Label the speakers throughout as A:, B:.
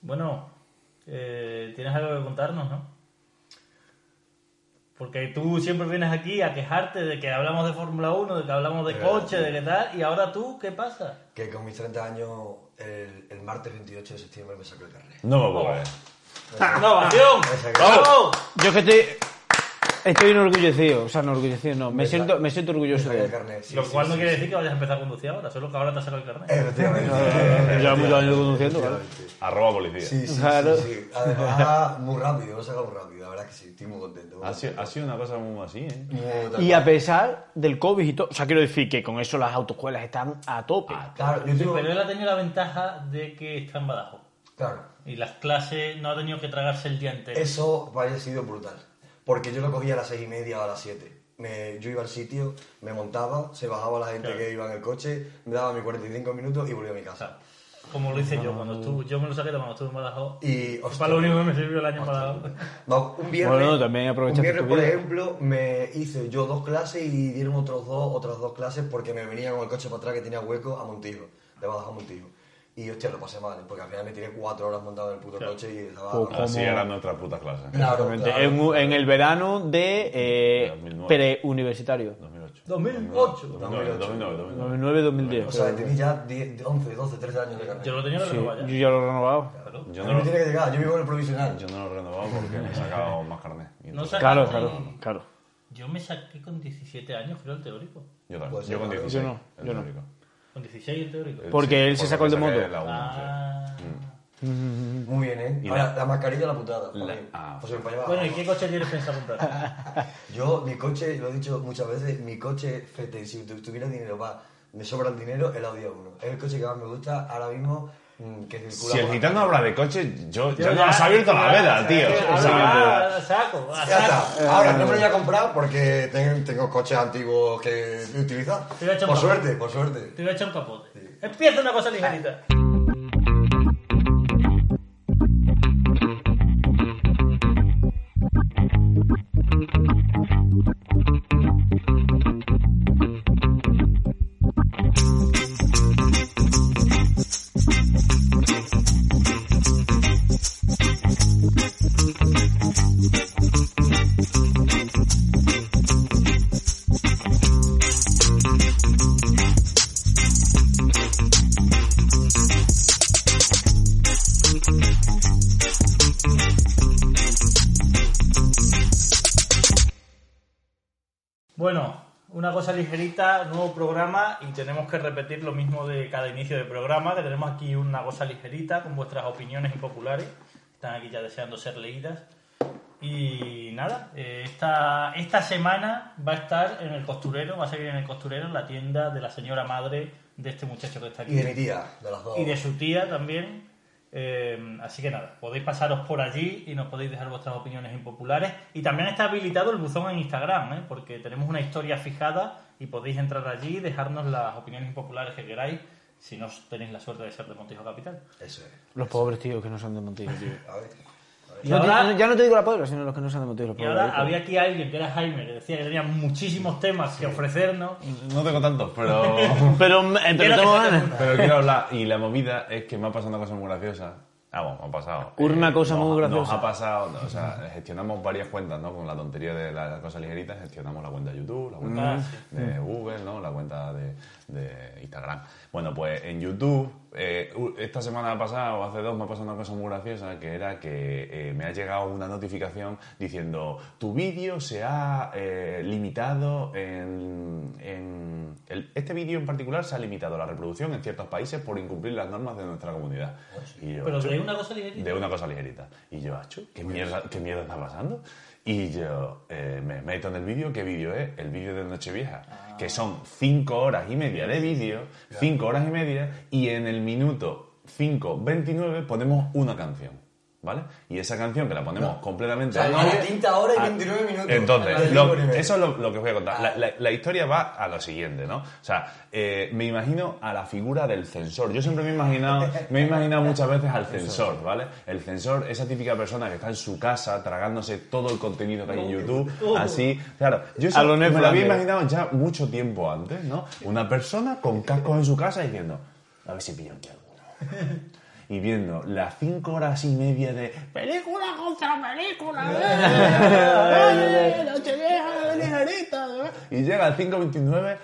A: Bueno, eh, tienes algo que contarnos, ¿no? Porque tú siempre vienes aquí a quejarte de que hablamos de Fórmula 1, de que hablamos de
B: De verdad,
A: coche, de qué tal, y ahora tú, ¿qué pasa?
B: Que con mis 30 años, el, el martes 28 de septiembre me saqué el carnet.
C: No me puedo ver.
A: ¡Innovación!
C: Vamos.
A: ¡Vamos!
C: Yo es que estoy, estoy enorgullecido, o sea, enorgullecido no, me
B: ¿Verdad?
C: siento, me siento
B: Me
C: orgulloso
B: saqué
C: de
B: el
C: él.
B: carnet. sí,
A: Lo
B: sí,
A: cual no
B: sí, Eh,
A: quiere
B: sí.
A: decir que vayas a empezar a conducir ahora, solo que ahora te has sacado el carnet.
B: Efectivamente.
C: Lleva muchos años conduciendo, claro.
B: Efectivamente.
D: Arroba policía.
B: Sí, sí,
C: Claro.
B: sí, sí. Además, muy rápido, lo he sacado muy rápido, la verdad que Ah, sí, estoy muy contento.
D: Ha sido, ha sido una cosa muy así, ¿eh?
B: Muy tal
C: Y a
B: cual.
C: pesar del COVID y todo, o sea, quiero decir que con eso las autoescuelas están a tope.
B: Claro, yo
A: Sí,
B: tengo-
A: pero él ha tenido la ventaja de que está en Badajoz.
B: Claro,
A: Y las clases no ha tenido que tragarse el día entero.
B: eso haya sido brutal. Porque yo lo cogía a las seis y media o a las siete. Me- yo iba al sitio, me montaba, se bajaba la gente que iba en el coche, me daba mis 45 minutos y volvía a mi
A: O
B: casa.
A: sea, como lo hice yo, cuando estuve, yo me lo saqué cuando estuve en Badajoz.
B: Y,
A: Fue
B: hostia,
A: para lo único que me sirvió el año Badajoz.
B: No, un viernes,
C: Bueno, también aprovechaste
B: un viernes,
C: tu
B: por
C: vida.
B: ejemplo, me hice yo dos clases y dieron otros dos, otras dos clases porque me venía con el coche para atrás que tenía hueco a Montijo, de Badajoz a Montijo. Y hostia, lo pasé mal, ¿eh? porque al final me tiré cuatro horas montado en el puto coche y estaba...
D: Pues,
C: Poco.
B: Claro,
D: Así eran nuestras putas clases.
B: claro,
C: Exactamente. En, un- en el verano de eh,
D: 2009.
C: preuniversitario.
D: 2008.
A: 2008.
D: 2009, 2009, 2009.
C: 2009-2010.
B: O sea, tenía ya 10, 11, 12, 13 años de carnet.
A: Yo lo tenía que
C: Sí,
A: renovar
C: yo
A: ya.
C: ya lo he renovado.
A: Claro.
D: Yo
B: A
D: no,
B: mí me
D: lo,
B: tiene que llegar, yo vivo en el provisional.
D: yo no lo he renovado porque me he sacado más carnet. Y
A: No
D: entonces-
A: saca-
C: Claro, claro, claro.
A: Yo me saqué con 17 años, creo, el teórico.
D: Yo también.
B: Pues sí,
D: yo con
B: claro.
D: 16.
C: Yo no,
D: el
C: yo no.
D: teórico.
A: Con 16 el teórico.
D: El-
C: Porque él se
D: porque
C: sacó el de
D: saqué
C: moto.
D: la uno,
A: Ah.
B: Muy bien, ¿eh?
D: Y
B: Ahora,
D: la-
B: la, mascarilla la putada.
D: La-
B: Joaquín.
D: ah.
B: Pues me fallaba.
A: Bueno, ¿y qué coche tienes pensado comprar?
B: Yo, mi coche, lo he dicho muchas veces, mi coche, fete, si tu- tuviera dinero, va, me sobra el dinero, el Audi A1. Es el coche que más me gusta ahora mismo mm, que
D: sí.
B: circula.
D: Si el
B: por-
D: gitano habla de coche, yo,
A: Yo
D: ya no has abierto la veda, tío.
A: Ah,
D: Exactamente.
A: a saco, a
B: Ya
A: saco.
D: eh,
B: está. Ahora no me lo voy a comprar porque tengo, tengo coches antiguos que utilizar.
A: Te voy a echar
B: Por
A: un
B: suerte, por suerte.
A: Te voy a echar un capote. Empieza una cosa ligerita. Bueno, una cosa ligerita, nuevo programa y tenemos que repetir lo mismo de cada inicio de programa, que tenemos aquí una cosa ligerita con vuestras opiniones impopulares, están aquí ya deseando ser leídas. Y nada, eh, esta, esta semana va a estar en el costurero, va a seguir en el costurero, en la tienda de la señora madre de este muchacho que está aquí
B: Y de mi tía, de las dos.
A: y de su tía también. Eh, así que nada, podéis pasaros por allí y nos podéis dejar vuestras opiniones impopulares. Y también está habilitado el buzón en Instagram, ¿eh? porque tenemos una historia fijada y podéis entrar allí y dejarnos las opiniones impopulares que queráis si no tenéis la suerte de ser de Montijo Capital.
B: Eso es.
C: Los pobres tíos que no son de Montillo, tío.
B: A ver.
A: Y
C: No te-
A: ahora-
C: ya no te digo la podra, sino los que no son de Montillo. los
A: Y
C: pobres,
A: ahora
C: tío.
A: había aquí alguien que era Jaime que decía que tenía muchísimos temas que ofrecernos.
D: No tengo tantos, pero.
C: Pero, eh,
A: Quiero
C: pero
A: que
C: tengo
A: saques
C: ganas.
A: una.
D: Pero quiero hablar, y la movida es que me ha pasado una cosa muy graciosa. Ah, bueno, me ha pasado.
C: Una cosa
D: nos-
C: muy graciosa.
D: Nos ha pasado, o sea, gestionamos varias cuentas, ¿no? Con la tontería de la cosa ligerita, gestionamos la cuenta de YouTube, la cuenta
A: Ah,
D: de Google, ¿no? La cuenta de, de Instagram. Bueno, pues en YouTube, eh, u- esta semana pasada o hace dos me ha pasado una cosa muy graciosa, que era que eh, me ha llegado una notificación diciendo, tu vídeo se ha eh, limitado en... en- el- este vídeo en particular se ha limitado la reproducción en ciertos países por incumplir las normas de nuestra comunidad. Y yo,
A: Pero
D: "Chu".
A: de una cosa ligerita.
D: De una cosa ligerita. Y yo, achu, ¿qué mierda, ¿qué mierda está pasando? Y yo eh, me meto en el vídeo, ¿qué vídeo es? El vídeo de Nochevieja,
B: Ah.
D: que son cinco horas y media de vídeo, cinco horas y media, y en el minuto 5.29 ponemos una canción, ¿vale? Y esa canción que la ponemos completamente...
B: O sea, a la
D: libre-
B: quinta hora y
D: Ah,
B: 29 minutos. A las
D: Entonces,
B: cinco
D: lo-
B: y media.
D: eso es lo, lo que os voy a contar. La, la- la historia va a lo siguiente, ¿no? O sea, eh, me imagino a la figura del censor. Yo siempre me he imaginado, me he imaginado muchas veces al censor, ¿vale? El censor, esa típica persona que está en su casa tragándose todo el contenido que hay en YouTube, así. Claro, yo eso
C: A lo
D: me lo había
C: Neflander.
D: imaginado ya mucho tiempo antes, ¿no? Una persona con cascos en su casa diciendo, a ver si pillo aquí alguno. y viendo las cinco horas y media de película contra película. eh, noche vieja, ligerita, eh, y llega al 5.29.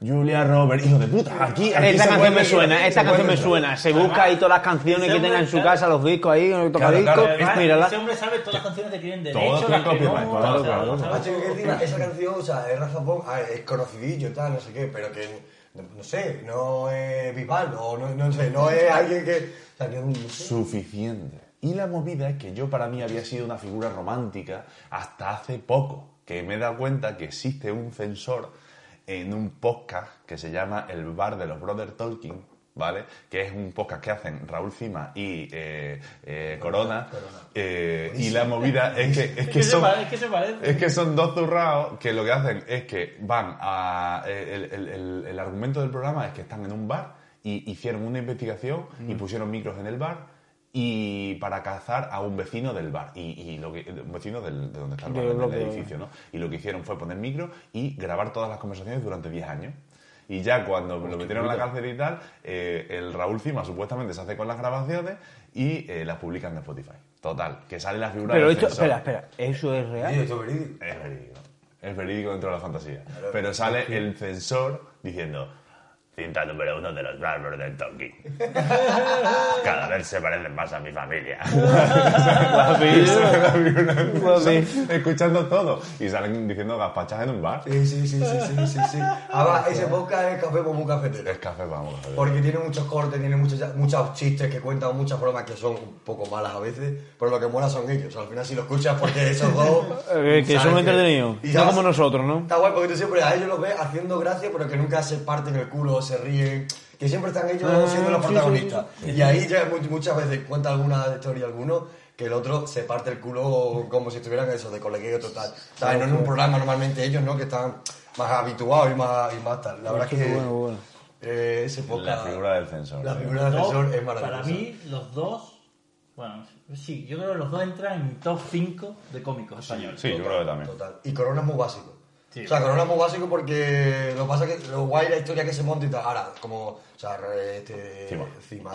D: Julia Roberts, hijo de puta, aquí, aquí
C: esta
D: se
C: canción
D: puede
C: me
D: meter,
C: suena,
D: se
C: esta
D: puede
C: canción me
D: meter.
C: suena. Se busca ahí todas las canciones
A: ese
C: que tenga en su
A: hombre-
C: casa, los discos ahí, los
D: claro,
C: tocadiscos. Pues
D: además,
C: Mírala.
A: Ese hombre sabe todas las canciones que tienen derecho.
D: Todo tiene
A: las que
D: copyright,
A: no,
D: claro,
A: o sea,
D: claro.
A: sabe
B: Macho,
A: todo.
B: Ah, que encima esa canción, o sea, es Rafa Pong, ah, es conocidillo, tal, no sé qué, pero que, no, no sé, no es Vival, o no, no sé, no es alguien que, o sea, que es un... no sé.
D: suficiente. Y la movida es que yo para mí había sido una figura romántica hasta hace poco, que me he dado cuenta que existe un censor en un podcast que se llama El Bar de los Brother Tolkien, ¿vale? Que es un podcast que hacen Raúl Cima y eh, eh, Corona. eh, y la movida es que, es
A: Es
D: que
A: que se
D: son...
A: pare- es que se parece.
D: Es que son dos zurraos que lo que hacen es que van a... El, el- el- el argumento del programa es que están en un bar y hicieron una investigación y pusieron micros en el bar y para cazar a un vecino del bar. Y, y lo que, un vecino del- de donde está el bar,
C: Del
D: del
C: bloque.
D: edificio, ¿no? Y lo que hicieron fue poner micro y grabar todas las conversaciones durante 10 años. Y ya cuando lo metieron en la cárcel y tal, eh, el Raúl Cima supuestamente se hace con las grabaciones y eh, las publican en Spotify. Total, que sale la figura
C: Pero
D: del
C: esto,
D: censor.
C: espera, espera, ¿eso es real? Eh,
B: Tío, esto es verídico.
D: Es verídico. Es verídico dentro de la fantasía. Pero sale el censor diciendo. Cinta número uno de los bárbaros del Tonkin. Cada vez se parecen más a mi familia. Y sale la figura del censor Escuchando todo. Y salen diciendo gazpachas en un bar.
B: Sí, sí, sí, sí, sí, sí, sí. Ahora, ese podcast es café con un cafetero.
D: Es café, vamos a ver.
B: Porque tiene muchos cortes, tiene muchos, muchos chistes que cuentan muchas bromas que son un poco malas a veces, pero lo que mola son ellos. al final, si lo escuchas, porque esos dos.
C: Eh, que
B: ¿sabes
C: son
B: qué?
C: entretenidos.
B: Y
C: No
B: sabes-
C: como nosotros, ¿no?
B: Está guay porque tú siempre a ellos los ves haciendo gracia, pero que nunca se parten el culo o se ríen. Que siempre están ellos
C: Ah,
B: siendo los protagonistas. Y ahí ya mu- muchas veces cuenta alguna historia alguno que el otro se parte el culo como si estuvieran eso de colegueo total. ¿Sabes? No en un programa normalmente ellos, ¿no? Que están más habituados y más, y más tal. La verdad
C: Qué
B: que
C: bueno, bueno.
B: eh, ese
D: La
B: podcast-
D: figura del censor.
B: la
D: tío.
B: figura del
A: Top,
B: ascensor es maravillosa.
A: para mí, los dos. Bueno, sí, yo creo que los dos entran en mi top 5 de cómicos españoles.
D: Sí, yo creo que también.
B: Total. Y Corona es muy básico.
A: Sí.
B: O sea, Corona es muy básico porque lo pasa que lo guay es la historia que se monta y tal. Ahora, como, o sea, re- este,
D: Cima.
B: Cima.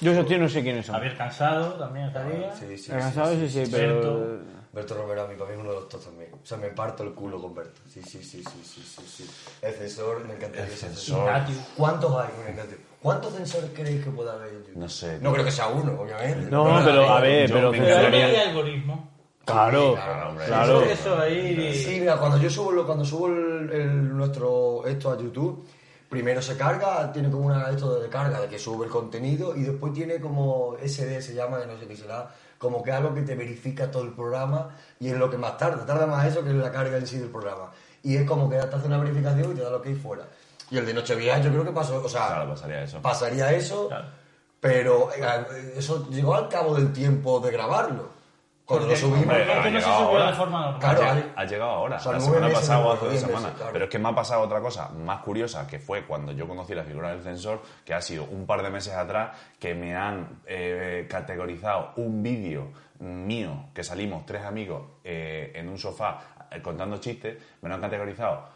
C: Yo esos tíos no sé quiénes son.
A: Javier Cansado también estaría.
B: Sí, sí, sí,
C: ¿Sabes? Sí, sí, pero...
A: Berto.
B: Berto Romero a mí para mí es uno de los dos también. O sea, me parto el culo con Berto. Sí, sí, sí, sí, sí, sí, sí. El censor, me encantaría ese
D: censor.
B: censor.
A: Ignatius.
B: ¿Cuántos hay? Bueno, Ignacio, ¿cuántos censores creéis que pueda haber en YouTube?
D: No sé,
B: No creo que sea uno, obviamente.
C: No,
B: eh,
C: pero a ver,
D: yo
C: pero...
D: me
C: que-
A: Pero ahí
D: encantaría-
A: hay algoritmo.
C: Claro,
D: Claro, hombre.
C: claro.
A: Eso, eso ahí.
B: Sí, mira, cuando yo subo, lo- cuando subo el, el- nuestro esto a YouTube, primero se carga, tiene como una esto de carga de que sube el contenido y después tiene como SD, se llama, que no sé qué será, como que algo que te verifica todo el programa y es lo que más tarda, tarda más eso que la carga en sí del programa. Y es como que te hace una verificación y te da lo que hay fuera. Y el de Nochevieja yo creo que pasó, o sea,
D: Claro, pasaría eso.
B: pasaría eso, pero eh, eso llegó al cabo del tiempo de grabarlo. Cuando lo
A: Porque-
B: subimos,
A: Hombre,
D: ha
A: ¿Por qué no se
D: llegado
A: subió de
D: ahora.
A: forma normal?
B: Claro,
D: ha,
B: hay-
D: ha llegado ahora,
B: son
D: la
B: nueve
D: semana
B: meses,
D: pasada o
B: nueve
D: hace dos
B: meses,
D: semanas.
B: claro.
D: Pero es que me ha pasado otra cosa más curiosa, que fue cuando yo conocí la figura del censor, que ha sido un par de meses atrás, que me han eh, categorizado un vídeo mío, que salimos tres amigos eh, en un sofá eh, contando chistes, me lo han categorizado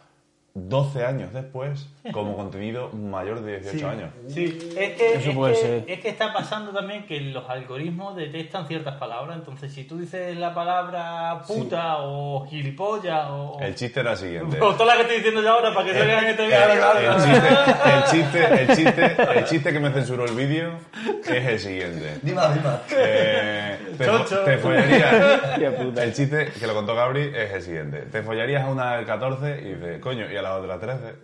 D: 12 años después como contenido mayor de 18 años.
A: Sí, es que,
C: Eso
A: es
C: puede
A: que-
C: ser.
A: es que está pasando también que los algoritmos detectan ciertas palabras. Entonces, si tú dices la palabra puta o gilipollas o,
D: El chiste era el siguiente.
A: o toda la que estoy diciendo yo ahora para que se vean este
D: El,
A: vídeo.
D: el chiste, el, chiste, el, chiste, el chiste que me censuró el vídeo es el siguiente.
B: Dima, dima.
D: Eh, te,
A: Chocho.
D: te follarías.
C: Qué puta.
D: El chiste que lo contó Gabri es el siguiente. Te follarías a una del 14 y dices, coño, y a la otra 13.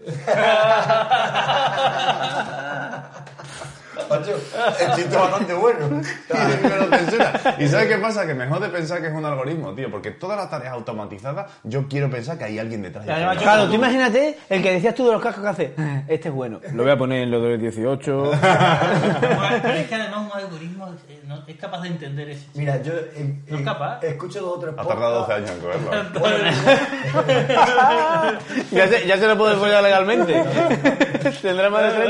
B: Macho, el chiste bastante bueno.
D: Y me lo censura. ¿Y sabes qué pasa? Que me jode pensar que es un algoritmo, tío, porque todas las tareas automatizadas yo quiero pensar que hay alguien detrás.
A: Además,
D: haciendo.
C: Claro, tú imagínate el que decías tú de los cascos que hace. Este es bueno. Lo voy a poner en los de 18.
A: Pero es que además un algoritmo eh, no- es capaz de entender eso.
B: Mira, yo eh,
A: No es
B: eh,
A: capaz.
B: escucho dos o tres
D: Ha tardado 12 años en cogerlo. ¿eh?
C: ya, se, ya se lo puede follar legalmente. Tendrá más de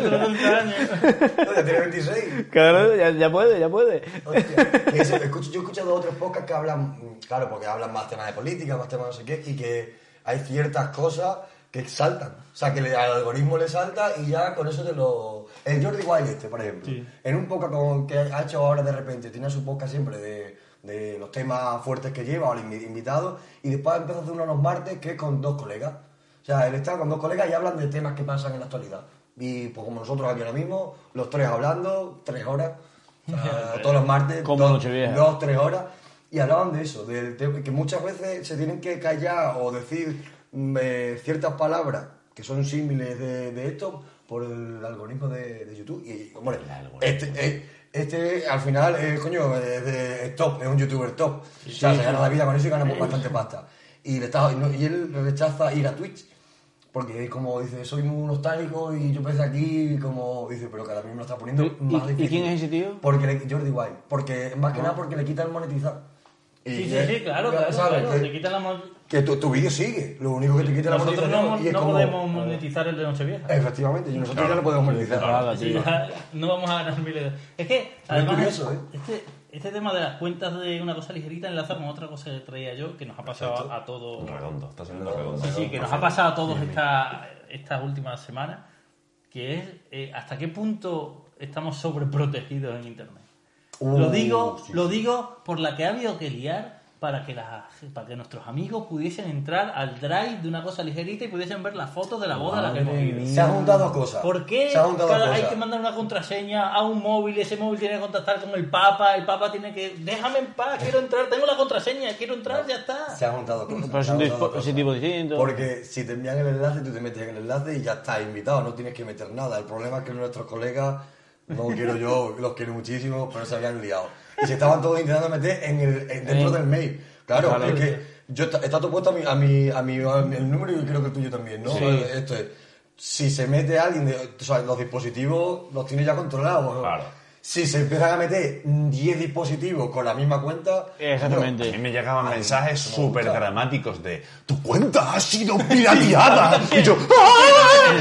C: 30, ¿no?
B: Oye, tiene 26.
C: Claro, ya, ya puede, ya puede.
B: Hostia, que eso, escucho, yo he escuchado dos o tres podcasts que hablan, mm, claro, porque hablan más temas de política, más temas de no sé qué, y que hay ciertas cosas que saltan. O sea, que le- al algoritmo le salta y ya con eso te lo... El Jordi Wild este, por ejemplo.
A: Sí.
B: En un podcast como que ha hecho ahora de repente, tiene su podcast siempre de, de los temas fuertes que lleva o los invi- invitados y después empieza a hacer uno los martes que es con dos colegas. O sea, él está con dos colegas y hablan de temas que pasan en la actualidad. Y pues como nosotros aquí ahora mismo, los tres hablando, tres horas, o sea, todos los martes,
C: Como
B: dos,
C: Nochevieja.
B: dos dos, tres horas y hablaban de eso, del tema- que muchas veces se tienen que callar o decir mm, eh, ciertas palabras que son símiles de, de esto por el algoritmo de, de YouTube. Y, hombre, este, eh, este, al final, eh, coño, es, de- es top, es un youtuber top. o sea, se gana la vida con eso y gana bastante pasta. Y, le está- y no- y él rechaza ir a Twitch. Porque es como dice, soy muy nostálgico y yo empecé aquí y como dice, pero cada mismo lo está poniendo
C: ¿Y-
B: más
C: y
B: difícil.
C: quién es ese tío?
B: Porque le- Jordi Wild. Porque más que nada porque le quitan monetizar. Y
A: Sí, sí,
B: que-
A: sí, claro, claro,
B: ¿sabes?
A: claro,
B: Que,
A: te quitan la mon-
B: que tu, tu vídeo sigue. Lo único que te quita
A: Nosotros
B: la monetización
A: no,
B: y es
A: no
B: como- Eh,
A: podemos monetizar el de Nochevieja.
B: Efectivamente, y nosotros ya lo podemos monetizar.
C: Nada,
A: Sí,
C: tío.
A: ya no vamos a ganar miles de... Es que,
B: curioso, ¿eh?
A: este, este tema de las cuentas de una cosa ligerita enlaza con otra cosa que traía yo, que nos ha pasado a, a todos...
D: Redondo, está saliendo redondo.
A: Sí, sí, que nos ha pasado a todos esta- estas últimas semanas, que es eh, hasta qué punto estamos sobreprotegidos en Internet.
B: Uh,
A: lo digo,
B: sí,
A: lo
B: sí.
A: digo por la que ha habido que liar para que, la- para que nuestros amigos pudiesen entrar al drive de una cosa ligerita y pudiesen ver las fotos de la boda a la que hemos ido.
B: Se han juntado dos cosas.
A: ¿Por qué
B: Se han juntado
A: cada-
B: dos
A: hay
B: cosas.
A: que mandar una contraseña a un móvil? Ese móvil tiene que contactar con el Papa. El Papa tiene que. Déjame en paz, quiero entrar. Tengo la contraseña, quiero entrar, ya está.
B: Se han juntado cosas.
C: Pero
B: se
C: son
B: han juntado
C: dispo-
B: cosas.
C: sí, tipo distintos.
B: Porque si te envían el enlace, tú te metes en el enlace y ya estás invitado, no tienes que meter nada. El problema es que nuestros colegas, no quiero yo, los quiero muchísimo, pero se habían liado. Y se estaban todos intentando meter en el, en- dentro del mail. Claro,
C: Claro.
B: es que yo está, está todo puesto a mi, a mi, a mi, a mi- el número y creo que el tuyo también, ¿no? Esto es, si se mete alguien, de, o sea, los dispositivos los tiene ya controlados. ¿no?
D: Claro.
B: Si se empiezan a meter 10 dispositivos con la misma cuenta...
C: Exactamente.
D: A mí me llegaban mensajes
B: no,
D: súper
B: claro.
D: dramáticos de tu cuenta ha sido pirateada. y yo, ¡ah!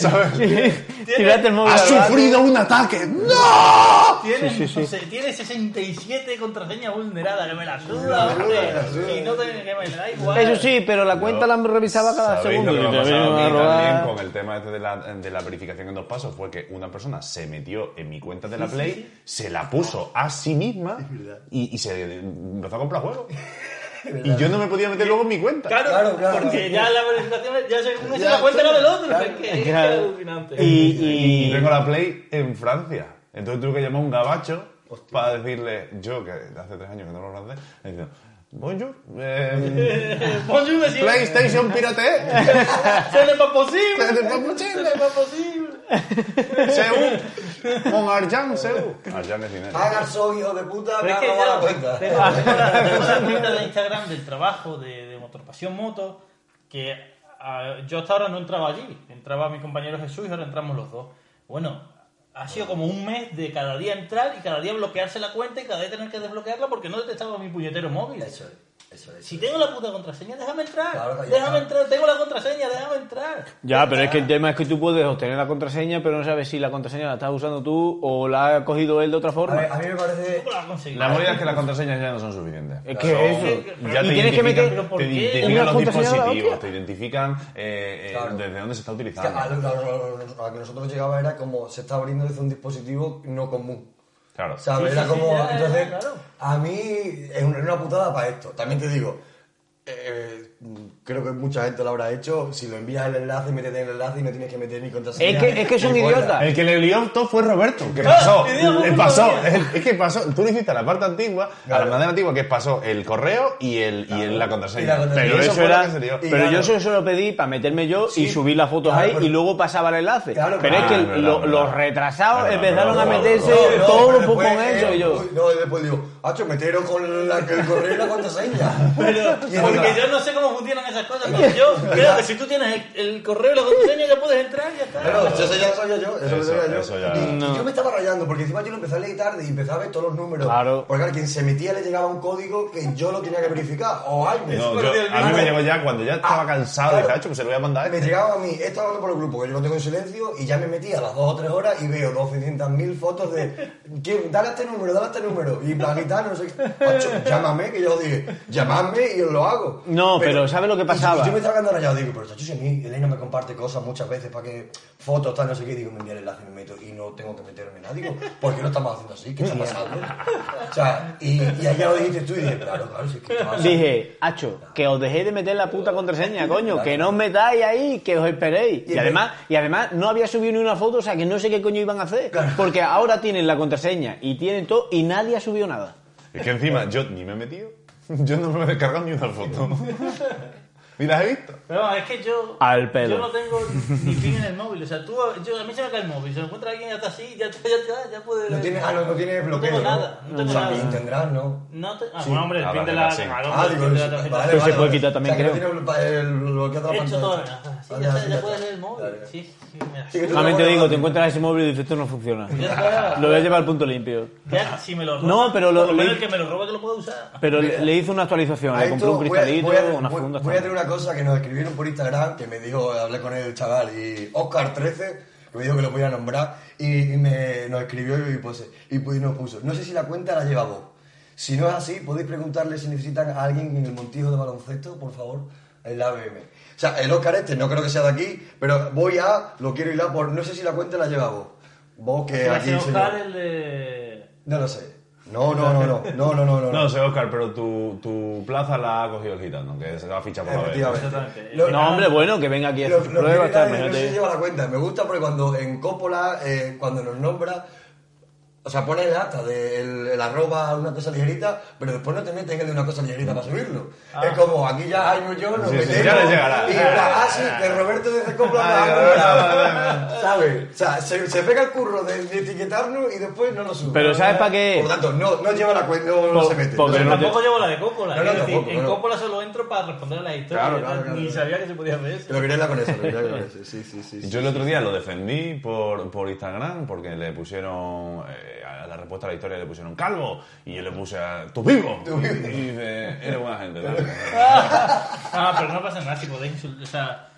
D: ¿Sabes?
C: Tirate el móvil.
D: Ha
C: al gato.
D: sufrido un ataque. ¡No!
A: Tiene,
C: Sí, sí, sí.
A: no sé, tiene 67 contraseñas vulneradas, que me las suda, hombre.
B: me la suda.
A: Y no te, que me da igual.
C: Eso sí, pero la cuenta la revisaba cada
D: ¿Sabéis
C: segundo.
D: Lo que me ha
C: Dice,
D: pasado
C: "Me van
D: a
C: a
D: mí
C: robar".
D: también con el tema este de la, de la verificación en dos pasos fue que una persona se metió en mi cuenta de la Play, se la puso a sí misma y, y se empezó a comprar juegos. y yo no me podía meter luego en mi cuenta.
A: Claro,
B: Claro, claro.
A: porque ya la verificación, ya se, uno se
B: Ya,
A: da cuenta la del otro.
B: claro.
A: es que es
C: Claro.
A: alucinante.
C: Y,
D: Y
C: y-
D: tengo la Play en Francia. Entonces tuve que llamar a un gabacho para decirle, yo que hace tres años que no lo hablé, le digo, bonjour, eh,
A: Bonjour, monsieur.
D: PlayStation pirate, E". "Pues
A: ¡Se le va posible!
D: Se le va posible.
A: ¡Se le va posible!
D: Seu, mon argent, Seu. Argent es dinero.
B: Hagan soy hijo de puta, me
A: Pero es
B: han
A: que
B: robado la
A: ya
B: cuenta.
A: tengo una cuenta de Instagram del trabajo de, de Motorpasión Moto que ah, yo hasta ahora no entraba allí. Entraba mi compañero Jesús y ahora entramos los dos. Bueno, ha sido como un mes de cada día entrar y cada día bloquearse la cuenta y cada día tener que desbloquearla porque no detectaba mi puñetero móvil.
B: Eso es, eso es.
A: Si tengo la puta contraseña, déjame entrar.
B: Claro, ya
A: déjame
B: está.
A: entrar, tengo la contraseña, déjame entrar.
C: Ya, pero es que el tema es que tú puedes obtener la contraseña, pero no sabes si la contraseña la estás usando tú o la ha cogido él de otra
B: A,
C: forma.
B: ver, a mí me parece.
A: ¿Cómo la conseguí?
D: La movida es que las contraseñas ya no son suficientes.
C: Es que eso.
D: Ya
C: Y
D: te
C: tienes que
D: identifican-
C: meter-
A: ¿Pero por
D: te
A: qué?
D: identifican
C: ¿Una
D: los
C: contraseña a la
D: dispositivos,
C: otra?
D: te identifican eh, eh,
B: Claro.
D: desde dónde se está
B: es que a lo, a
D: utilizando.
B: lo- a lo que nosotros llegaba era como se está abriendo desde un dispositivo no común.
D: Claro.
B: ¿Sabes?
A: Sí, sí,
B: Era
A: sí,
B: como.
A: ya, ya,
B: entonces,
A: claro.
B: a mí es una, era una putada para esto. También te digo, eh, creo que mucha gente lo habrá hecho. Si lo envías el enlace, métete en el enlace y no tienes que meter ni contraseña.
C: Es que- es que son
B: ni cuenta.
C: idiotas.
D: El que le lió todo fue Roberto, que pasó.
A: Ah, y digo,
D: le
A: ¿cómo
D: pasó.
A: lo lió?
D: Es que pasó. Tú le hiciste la parte antigua, a
B: Claro.
D: la manera antigua, que es pasó el correo y, el, y el- la
B: Y
D: contraseña.
B: la contraseña.
D: Pero eso,
C: Pero eso
D: fue
C: era.
D: lo que se lió.
C: Pero
B: claro.
C: yo eso, eso lo pedí para meterme yo y
B: Sí,
C: subir las fotos
B: claro,
C: ahí
B: pero-
C: y luego pasaba el enlace.
B: Claro,
C: pero es
B: claro.
C: que el-
D: Ah, verdad,
C: lo-
D: verdad.
C: los retrasados
D: Verdad,
C: empezaron
D: verdad,
C: a
D: verdad,
C: meterse
D: verdad.
C: todo
B: pero
C: con
B: después,
C: eso.
B: eh,
C: y yo.
B: uy, No, y después digo, hacho, meteros con la, el correo y la contraseña.
A: Pero,
B: Y es
A: porque
B: verdad.
A: yo no sé cómo funcionan esas cosas, pero yo creo que si tú tienes el, el correo y la contraseña ya puedes entrar y ya está.
B: Claro, eso ya lo sabía yo. Eso, lo
D: Eso-
B: sabía yo.
D: eso ya-
B: Y, y yo me estaba rayando, porque encima yo lo empecé a leer tarde y empecé a ver todos los números.
C: Claro.
B: Porque claro, quien se metía le llegaba un código que yo lo tenía que verificar. O alguien.
D: No, yo- a mí me llegó ya cuando ya estaba cansado. Dije,
B: claro.
D: "Acho, pues se lo voy a mandar. a
B: Me
D: este".
B: llegaba a mí, he estado hablando por el grupo, que yo lo tengo en silencio, y ya me metía a las 2 o 3 horas y veo 200.000 fotos de, ¿quién? Dale a este número, dale a este número, y planita, no sé qué. Macho, llámame, que yo dije, llamadme y os lo hago.
C: No, pero, pero ¿sabes lo que
B: Y yo-
C: pasaba?
B: Yo me estaba quedando rayado, digo, pero chacho, si a mí Elena me comparte cosas muchas veces para que fotos, tal, no sé qué, digo, me envía el enlace y me meto y no tengo que meterme nada. Digo, ¿por qué lo estamos haciendo así? ¿Qué está pasando? o sea, y, y allá lo dijiste tú y dije, claro, claro, si es que pasa.
C: Dije, Hacho, que os dejéis de meter la puta contraseña, coño, que no os metáis ahí, que os esperéis. Y además, y además no había subido ni una foto, o sea que no sé qué coño iban a hacer. Porque ahora tienen la contraseña y tienen todo y nadie ha subido nada.
D: Es que encima yo ni me he metido. Yo no me he descargado ni una foto. Ni las he visto.
A: Pero vamos, es que yo.
C: Al pelo.
A: Yo no tengo ni pin en el móvil. O sea, tú. Yo, a mí se me cae el móvil. Si lo encuentra alguien, ya está así, ya, ya, ya, ya puede.
B: No tiene, ah, no, no tiene bloqueo.
A: tengo nada, no tengo
B: o sea,
A: nada.
B: bien tendrás, ¿no?
A: No te... Ah, bueno, hombre, el
D: Ah,
A: pin de
D: vale,
A: la.
D: sí.
A: claro,
B: Ah,
A: el
B: digo,
A: pin de
B: vale,
A: la tarjeta.
B: vale,
C: se puede
B: vale.
C: quitar también,
B: o sea, que
C: creo.
B: No tiene el, el bloqueo de la
A: He hecho
B: pantalla.
A: todo. ¿verdad? Sí,
B: Vale,
A: ya,
B: así
A: está, ya puedes leer el móvil.
B: Vale.
A: Sí, sí, mira.
B: Sí, que tú
C: Solamente
B: lo-
C: digo, te encuentras ese móvil y dices, esto no funciona.
A: Ya está.
C: Lo voy a llevar al punto limpio.
A: Ya, si me lo roba.
C: No, pero lo-
A: Por lo menos
C: le-
A: el que me lo roba que lo pueda usar.
C: Pero le, le hizo una actualización,
B: A
C: le compró
B: esto
C: un
B: voy a-
C: cristalito,
B: voy a,
C: unas
B: voy-
C: fundas.
B: voy a tener una cosa que nos escribieron por Instagram, que me dijo, hablé con el chaval, y Oscar13, que me dijo que lo podía nombrar, y, y me, nos escribió y, pues, y pues, nos puso, no sé si la cuenta la lleva vos. Si no es así, podéis preguntarle si necesitan a alguien en el montijo de baloncesto, por favor, en la ABM. O sea, el Oscar este no creo que sea de aquí, pero voy a, lo quiero hilar por, no sé si la cuenta la lleva vos. Vos que
A: Va a
B: aquí,
A: ser
B: señor.
A: Oscar el de.
B: No lo sé. No, no, no, no, no, no, no, no.
D: No sé, Oscar, pero tu, tu plaza la ha cogido el gitano, que se va a fichar por la vez.
B: Efectivamente.
A: Exactamente.
B: Lo-
C: No, hombre, bueno, que venga aquí a
B: Lo,
C: hacer
B: lo
C: pruebas,
B: que
C: tal,
B: nadie- no
C: imagínate.
B: se lleva la cuenta. Me gusta porque cuando en Coppola, eh, cuando nos nombra, o sea, pone el hasta del el arroba una cosa ligerita, pero después no te metes en el de una cosa ligerita para subirlo. Es como, aquí ya hay un yo, nos
D: Sí, sí,
B: metemos.
D: ya le llegará.
B: Y ah, sí, que Roberto desde Coppola la ha nombrado. ¿Sabes? O sea, se, se pega el curro de, de etiquetarnos y después no lo sube.
C: Pero ¿sabes para qué?
B: Por lo tanto, no, no lleva la cuenta, no, no
C: Por-
B: se mete.
C: porque
B: se
A: Pero
C: no
B: mete.
A: tampoco llevo la de Coppola.
B: No, no,
A: quiero decir,
B: tampoco,
A: en
B: no.
A: Coppola solo entro para responder a las historias.
B: Claro, claro, claro,
A: Ni
B: claro.
A: sabía que se podía hacer eso.
B: Lo quería la con eso, lo quería con eso. Sí, sí, sí. sí.
D: Yo el otro día lo defendí por, por Instagram porque le pusieron eh, a la respuesta a la historia le pusieron calvo y yo le puse a tú vivo. Y, y dice, eres buena gente. la verdad".
A: Ah, pero no pasa nada, si podéis insultar. O sea,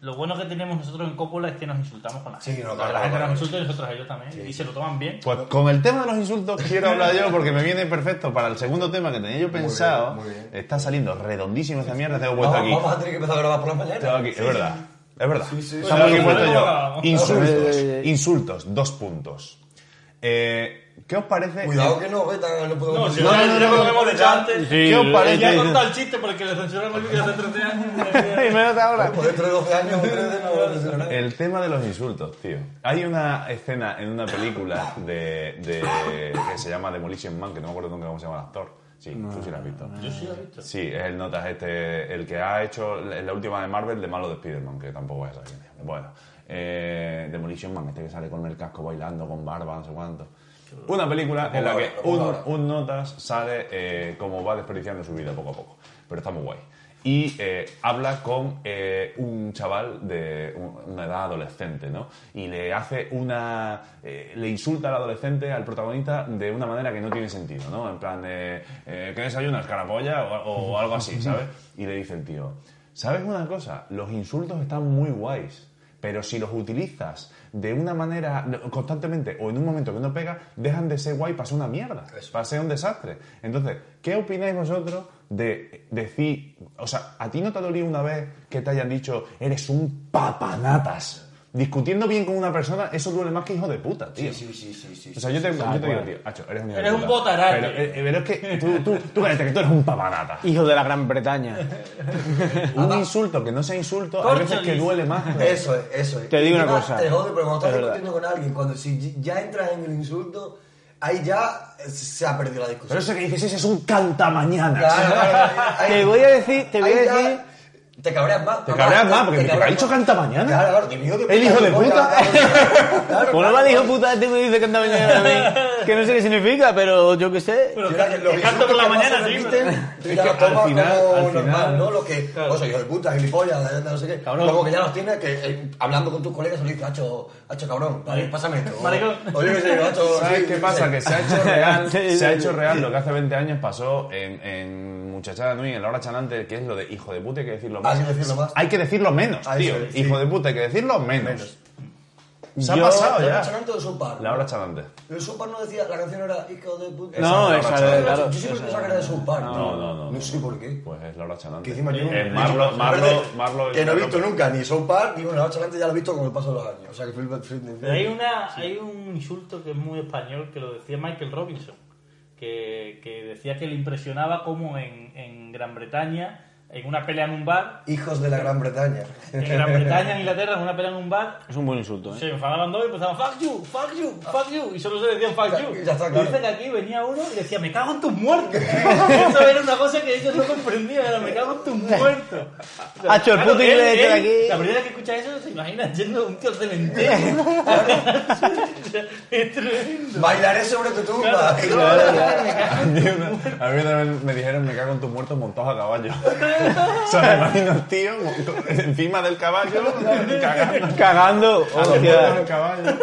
A: lo bueno que tenemos nosotros en Coppola es que nos insultamos con la
B: Sí,
A: gente.
B: no,
A: O sea,
B: claro,
A: la gente
B: claro.
A: nos insulta y nosotros a ellos también. Y se lo toman bien.
D: Pues con el tema de los insultos quiero hablar yo porque me viene perfecto para el segundo tema que tenía yo pensado.
B: muy bien.
D: Está saliendo redondísimo esta mierda, te lo he puesto
B: Vamos,
D: aquí.
B: vamos a tener que empezar a grabar por la mañana.
D: Tengo aquí, es verdad. Es verdad.
B: sí.
D: Estamos aquí
A: Sí,
D: puestos
A: sí,
D: yo.
A: sí.
D: Insultos.
C: Sí, sí, sí.
D: Insultos. Dos puntos. Eh, ¿qué os parece?
B: Cuidado que no, Beta, no podemos...
A: No, si
B: decir-
A: no,
D: no, no, no,
A: lo que hemos dicho antes.
C: Sí,
D: ¿Qué os parece?
A: Ya he
C: sí, sí.
A: contado el chiste porque le censuraron el vídeo hace 13
C: Y
A: años.
C: menos ahora.
B: Pues dentro de 12 años, o 13, no vamos a decir nada.
D: El tema de los insultos, tío. Hay una escena en una película de, de- que se llama Demolition Man, que no me acuerdo nunca cómo se llama el actor. Sí, tú sí la has visto.
A: Yo sí lo he visto.
D: Sí, es el Notas este, el que ha hecho la la última de Marvel de malo de Spider-Man, que tampoco es esa. Bueno, eh, Demolition Man, este que sale con el casco bailando, con barba, no sé cuánto. Una película en la que un, un Notas sale eh, como va desperdiciando su vida poco a poco, pero está muy guay. Y eh, habla con eh, un chaval de un- una edad adolescente, ¿no? Y le hace una. eh, le insulta al adolescente, al protagonista, de una manera que no tiene sentido, ¿no? En plan de. eh, ¿Qué desayunas, carapolla? O, o algo así, ¿sabes? Y le dice el tío: ¿Sabes una cosa? Los insultos están muy guays. Pero si los utilizas de una manera constantemente o en un momento que no pega, dejan de ser guay para ser una mierda, para ser un desastre. Entonces, ¿qué opináis vosotros de decir, o sea, a ti no te ha dolido una vez que te hayan dicho, eres un papanatas? Discutiendo bien con una persona, eso duele más que hijo de puta, tío.
B: Sí, sí, sí, sí.
D: O sea, yo te, yo te digo, tío, Acho, eres un hijo de
A: Eres un
D: puta.
A: botarate.
D: Pero, eh, pero es que tú, tú, tú cállate, que tú eres un papanatas.
C: Hijo de la Gran Bretaña.
D: Un insulto que no sea insulto, a veces que
A: Corcholis.
D: duele más. tío.
B: Eso es, eso es.
C: Te digo una
B: Encima,
C: cosa.
B: Te jode, pero cuando
C: Es
B: estás
C: verdad.
B: discutiendo con alguien, cuando si ya entras en el insulto, ahí ya eh, se ha perdido la
D: Pero
B: discusión.
D: eso que dices ese es un cantamañanas.
B: Claro, claro, claro, ahí-
C: Te voy a decir- te voy a
B: ahí ya
C: decir-
B: Te cabreas más.
D: Te cabreas más, porque me ha
B: cabreas
D: dicho
B: más.
D: canta mañana.
B: Claro, claro, tío, hijo de
D: El hijo de
B: coño,
D: puta.
B: claro, claro,
C: Pues no
B: claro.
C: vale, hijo puta, este me dice que anda mañana a mí. Que no sé qué significa, pero yo qué sé.
A: Pero
B: Yo era que los
A: que canto por
B: insultos
A: la
B: que más se
A: mañana, sí.
B: repiten, tú ya
D: que
B: los tomas
D: al final-
B: como
D: al
B: normal,
D: final-
B: ¿no? Lo que, o sea, hijo de puta, gilipollas, no sé qué.
A: Cabrón.
B: Como que ya los tienes, que eh, hablando con tus colegas, se lo dices, hacho, hacho cabrón, vale, pásame esto. O-
A: Maricón.
B: O yo qué sé, hacho...
D: ¿Sabes
B: sí,
D: qué
B: sí,
D: pasa?
B: sí.
D: Que se ha hecho real,
C: Sí, sí,
D: se ha
C: sí.
D: hecho real lo que hace 20 años pasó en, en Muchachada Nui, en la hora chanante, que es lo de hijo de puta, hay que decirlo
B: Hay
D: más.
B: que decirlo más.
D: Hay que decirlo menos,
B: Ah,
D: tío.
B: eso es, sí.
D: Hijo de puta, hay que decirlo menos. Se ha
C: Yo-
D: pasado
B: La hora
D: ya.
B: chanante o el Sopar.
D: La hora chanante.
B: El Sopar no decía, la canción era Hijo de puta.
C: No,
D: Esa
C: esa,
D: es la
C: de-
D: hora
C: claro.
B: Yo siempre pensaba que era de Sopar.
D: No, no, no.
B: No sé por qué.
D: Pues es la hora chanante.
B: Que encima yo.
D: Eh, Marlo, Marlo, Marlo.
B: Que no he visto nunca ni South Park ni bueno, la hora chanante ya lo he visto con el paso de los años. O sea que Phil
A: Pero hay, una, hay un insulto que es muy español que lo decía Michael Robinson, que, que decía que le impresionaba cómo en, en Gran Bretaña, en una pelea en un bar,
B: Hijos de la Gran Bretaña.
A: en Gran Bretaña, en Inglaterra, en una pelea en un bar,
C: Es un buen insulto, ¿eh?
A: se enfadaban dos y empezaban fuck you, fuck you, fuck you, y solo se decían fuck you.
B: Ya está aquí.
A: Entonces que aquí venía uno y decía, me cago en tus muertos. Eso era una cosa que ellos no comprendían, era me cago en tus muertos.
C: Hacho, el puto
A: él-
C: inglés este de
A: él,
C: aquí.
A: La primera que escucha eso se imagina yendo a un tío al cementerio. es tremendo.
B: Bailaré sobre tu tumba.
A: Claro, claro, claro, me cago en-
D: A mí también me dijeron, me cago en tus muertos montados a caballo. o sea, me imagino al tío monto- encima del caballo, cagando.
C: eh. Cagando.
D: Montados
C: Hostia,
D: en caballo.